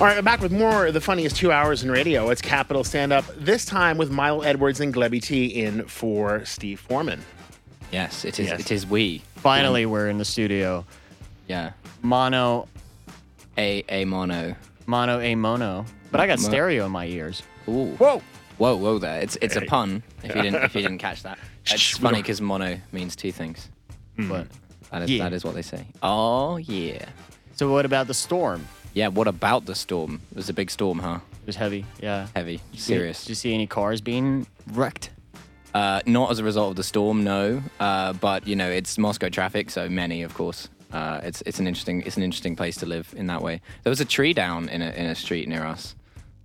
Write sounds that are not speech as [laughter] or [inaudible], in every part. All right, I'm back with more of the funniest two hours in radio. It's Capital Stand Up, this time with Milo Edwards and Glebby T in for Steve Foreman. Yes, it is. Yes. It is we. Finally, we're in the studio. Yeah. Mono, A a mono. mono, a mono. But I got Mo- stereo in my ears. Ooh. Whoa! Whoa, whoa there. It's it's a pun. If you didn't if you didn't catch that, it's Shh, we funny don't- because mono means two things. Hmm. But That is Yeah. that is what they say. Oh yeah. so, what about the storm? Yeah. What about the storm? It was a big storm, huh? It was heavy. Yeah. Heavy. See- Serious. Did you see any cars being wrecked? Uh, not as a result of the storm, no. Uh, but you know, it's Moscow traffic, so many, of course. Uh, it's it's an interesting it's an interesting place to live in that way. There was a tree down in a in a street near us.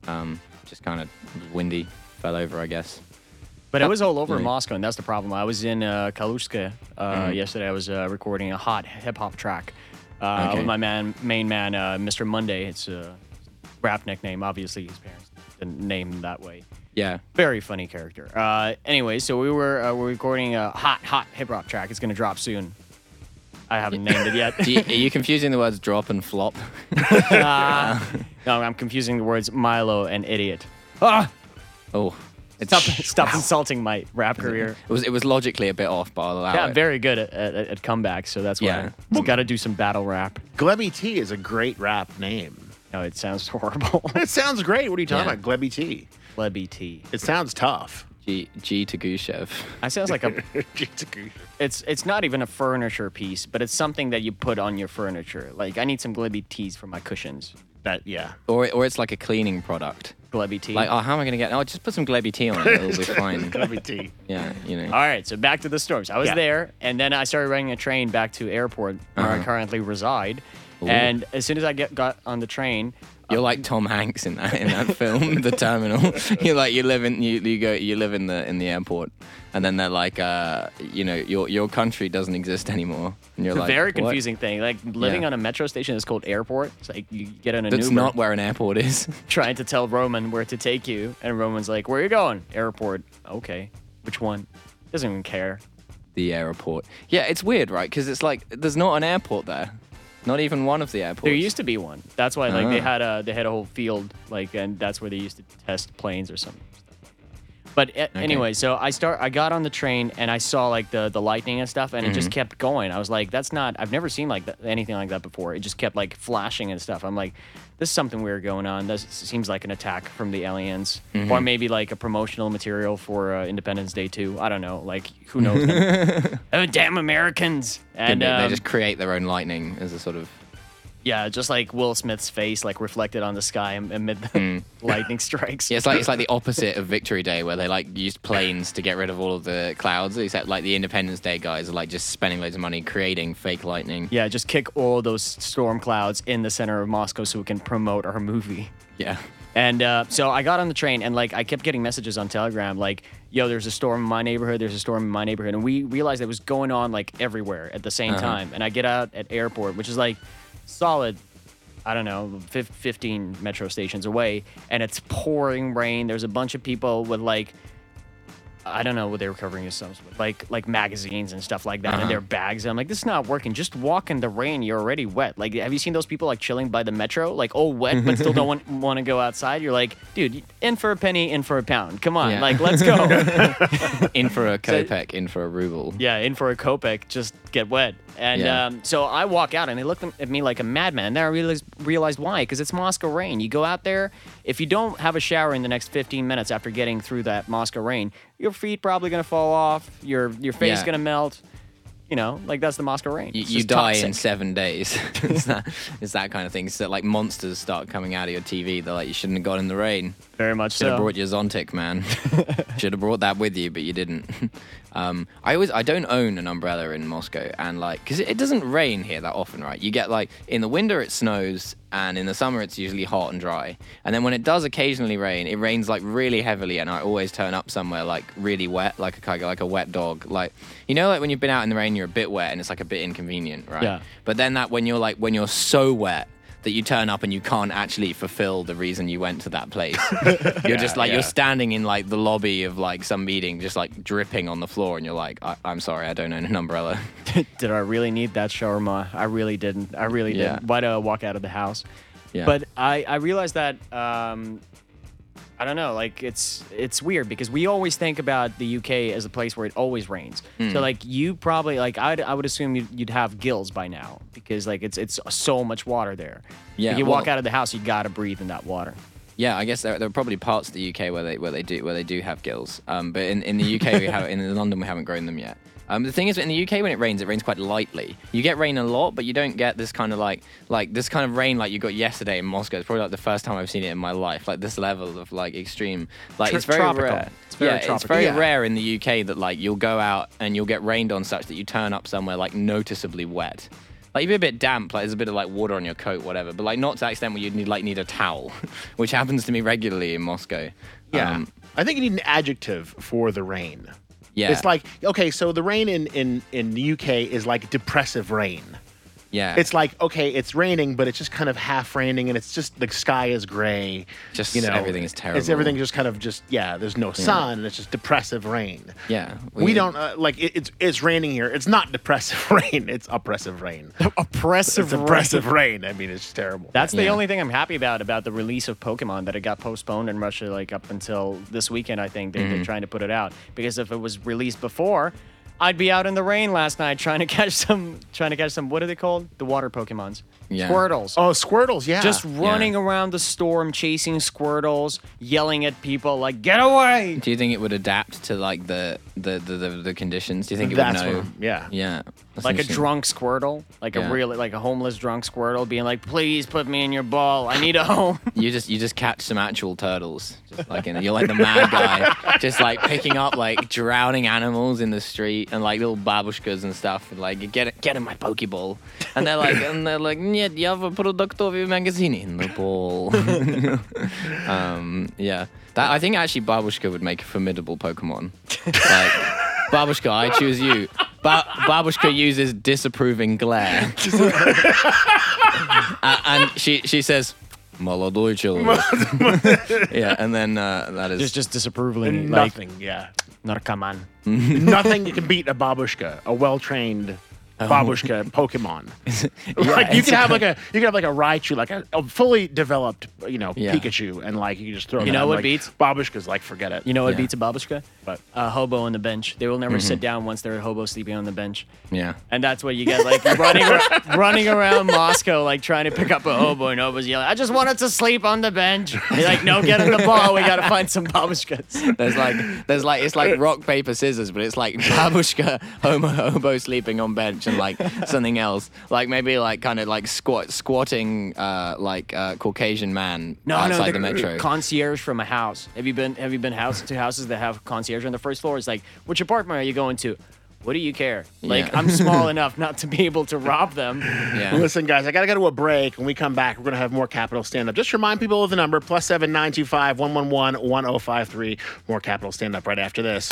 Um, just kind of windy, fell over, I guess. But it was all over Yeah. Moscow, and that's the problem. I was in uh, Kaluska uh, Mm-hmm. yesterday. I was uh, recording a hot hip hop track uh, Okay. with my man, main man, uh, Mr. Monday. It's a rap nickname. Obviously, his parents didn't name him that way. Yeah, Very funny character. Uh, anyway, so we were uh, we're recording a hot, hot hip hop track. It's gonna drop soon. I haven't named it yet. Do [laughs] you, are you confusing the words drop and flop? [laughs] Uh, no, I'm confusing the words Milo and idiot. Ah, Oh, it's [laughs] stop, stop insulting my rap career. It was it was logically a bit off, but I'll allow Yeah, it. I'm very good at, at, at comebacks, so that's why Yeah. we got to do some battle rap. Glebby T is a great rap name. [laughs] No, it sounds [laughs] horrible. It sounds great. What are you talking Yeah. about? Glebby T. Lebby T. It sounds tough. [laughs] G G to Gushev. That sounds [laughs] like a. It's a- It's it's not even a furniture piece, but it's something that you put on your furniture. Like I need some Glebby tees for my cushions. that, yeah. Or or it's like a cleaning product. Glebby tea. Like, oh, how am I gonna get? Oh, just put some Glebby tea on it. It'll be [laughs] fine. Glebby T. Yeah, you know. All right, so back to the storms. I was Yeah. there, and then I started riding a train back to airport where I Uh-huh. currently reside. Ooh. And as soon as I get got on the train, You're like Tom Hanks in that in that film, [laughs] The Terminal. You're like you live in you, you go you live in the in the airport, and then they're like, uh, you know, your your country doesn't exist anymore, and you're the like, very what? confusing thing. Like living Yeah. on a metro station is called airport. It's like you get on a That's Uber not where an airport is. [laughs] [laughs] trying to tell Roman where to take you, and Roman's like, "Where are you going? Airport. Okay. Which one? Doesn't even care. the airport. Yeah, it's weird, right? Because it's like there's not an airport there, not even one of the airports. There used to be one. That's why like they Ah. had a they had a whole field like, and that's where they used to test planes or something. But a- anyway, so I start. I got on the train and I saw like the the lightning and stuff, and it Mm-hmm. just kept going. I was like, "That's not. I've never seen like that, anything like that before." It just kept like flashing and stuff. I'm like, "This is something weird going on. This seems like an attack from the aliens, Mm-hmm. or maybe like a promotional material for uh, Independence Day 2. I don't know. Like, [laughs] who knows? man? oh, damn Americans! Didn't And they? they um, just create their own lightning as a sort of. yeah, just like Will Smith's face, like reflected on the sky am- amid the [laughs] lightning strikes. Yeah, it's like it's like the opposite of Victory Day, where they like used planes to get rid of all of the clouds. Except like the Independence Day guys are like just spending loads of money creating fake lightning. Yeah, just kick all those storm clouds in the center of Moscow so we can promote our movie. Yeah. And uh, so I got on the train and like I kept getting messages on Telegram like, "Yo, there's a storm in my neighborhood. There's a storm in my neighborhood." And we realized it was going on like everywhere at the same time. And I get out at airport, which is like solid, I don't know, fif- 15 metro stations away, and it's pouring rain. There's a bunch of people with like. I don't know what they were covering as some like like magazines and stuff like that in their bags. And I'm like, this is not working. Just walk in the rain. You're already wet. Like, have you seen those people like chilling by the metro, like all wet, but still don't want, want to go outside? You're like, dude, in for a penny, in for a pound. Come on, Yeah. like let's go. In for [laughs] a kopeck, in for a ruble. yeah, in for a kopeck, just get wet. And Yeah. um, so I walk out, and they look at me like a madman. And then I realized, realized why, because it's Moscow rain. You go out there, if you don't have a shower in the next 15 minutes after getting through that Moscow rain, your feet probably gonna fall off, your your face Yeah. gonna melt. You know, like that's the Moscow rain. You, It's you just die in toxic. seven [laughs] days. [laughs] it's, that, it's that kind of thing. So like monsters start coming out of your TV. They're like, you shouldn't have gone in the rain. Very much Should have so. brought your Zontic, man. [laughs] Should have brought that with you, but you didn't. [laughs] Um, I always, I don't own an umbrella in Moscow, and like, because it, it doesn't rain here that often, right? You get like in the winter it snows, and in the summer it's usually hot and dry, and then when it does occasionally rain, it rains like really heavily, and I always turn up somewhere like really wet, like a kind of- like a wet dog, like you know, like when you've been out in the rain, you're a bit wet, and it's like a bit inconvenient, right? Yeah. But then that when you're like when you're so wet that you turn up and you can't actually fulfill the reason you went to that place. you're just like yeah. you're standing in like the lobby of like some meeting, just like dripping on the floor, and you're like, I- I'm sorry, I don't own an umbrella. [laughs] did I really need that shawarma? I really didn't. I really Yeah. didn't. Why do I walk out of the house? Yeah. But I, I realized that um, I don't know, like it's it's weird because we always think about the UK as a place where it always rains. Hmm. So like you probably like I'd, I would assume you'd, you'd have gills by now because like it's it's so much water there. Yeah, Like, you walk well- out of the house, you gotta breathe in that water. Yeah, I guess there, there are probably parts of the UK where they where they do where they do have gills. Um, but in, in the UK we have in London we haven't grown them yet. Um, the thing is, in the UK when it rains, it rains quite lightly. You get rain a lot, but you don't get this kind of like like this kind of rain like you got yesterday in Moscow. It's probably like the first time I've seen it in my life. Like this level of like extreme. Like Tro- it's very tropical. rare. It's very yeah, it's tropical. very Yeah. rare in the UK that like you'll go out and you'll get rained on such that you turn up somewhere like noticeably wet. Like even a bit damp, like there's a bit of like water on your coat, whatever. But like not to that extent where you'd need like need a towel, [laughs] which happens to me regularly in Moscow. Yeah. Um, I think you need an adjective for the rain. yeah. It's like, okay, so the rain in, in, in the UK is like depressive rain. yeah. It's like, okay, it's raining, but it's just kind of half raining and it's just the sky is gray. Just you know, everything is It's terrible. everything just kind of just, yeah, there's no sun and it's just depressive rain. yeah. We, don't, uh, like, it, it's, it's raining here. It's not depressive [laughs] rain, it's oppressive rain. Oppressive It's oppressive rain. I mean, it's just terrible. That's the Yeah. only thing I'm happy about about the release of Pokemon that it got postponed in Russia like up until this weekend. I think they, they're trying to put it out because if it was released before, I'd be out in the rain last night trying to [laughs] catch some trying to catch some what are they called the water Pokemons Yeah. Squirtles. oh, Squirtles, yeah. Just running around the storm, chasing Squirtles, yelling at people like "Get [laughs] away!" Do you think it would adapt to like the the the, the, the conditions? Do you think it That's would know? what I'm- yeah. Yeah. That's like a interesting. drunk Squirtle, like Yeah. a real, like a homeless drunk Squirtle, being like, "Please put me in your ball. I need a home." You just you just catch some actual turtles, just like in, you're like the mad guy, just like picking up like drowning animals in the street and like little babushkas and stuff, and like get it, get in my pokeball, and they're like and they're like нет, я в продуктовой магазине in the ball. um, yeah, that I think actually babushka would make a formidable Pokemon. Like [laughs] babushka, I choose you. Ba- babushka uses disapproving glare. [laughs] Uh, and she she says, "Молодой [laughs] человек." yeah, and then uh, that is Just, just disapproval in like nothing, yeah. narcoman. nothing can beat a babushka, a well-trained Oh. babushka [laughs] Pokemon. [laughs] like you it's can have like a you can have like a Raichu, like a, a fully developed, you know, Yeah. Pikachu, and like you can just throw. You that, know what like, beats? babushkas? Like forget it. You know what Yeah. beats a babushka? But- a hobo on the bench. They will never sit down once they're a hobo sleeping on the bench. Mm-hmm. yeah. And that's what you get like [laughs] running, ar- running around Moscow, like trying to pick up a hobo, and hobos yelling, "I just wanted to sleep on the bench." You're like, "No, get in the ball. We gotta find some babushkas." There's like there's like it's like rock paper scissors, but it's like babushka [laughs] homo hobo sleeping on bench and like something else, like maybe like kind of like squat squatting uh, like uh, Caucasian man No, outside the no, metro. concierge from a house. Have you been? Have you been house to houses that have concierge on the first floor? It's like, which apartment are you going to? What do you care? Like, Yeah. I'm [laughs] small enough not to be able to rob them. yeah. Listen, guys, I gotta go to a break. When we come back, we're gonna have more Capital Stand Up. Just remind people of the number plus seven nine two five one one one one zero five three. More Capital Stand Up right after this.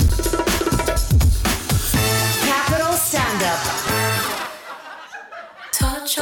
Capital Stand Up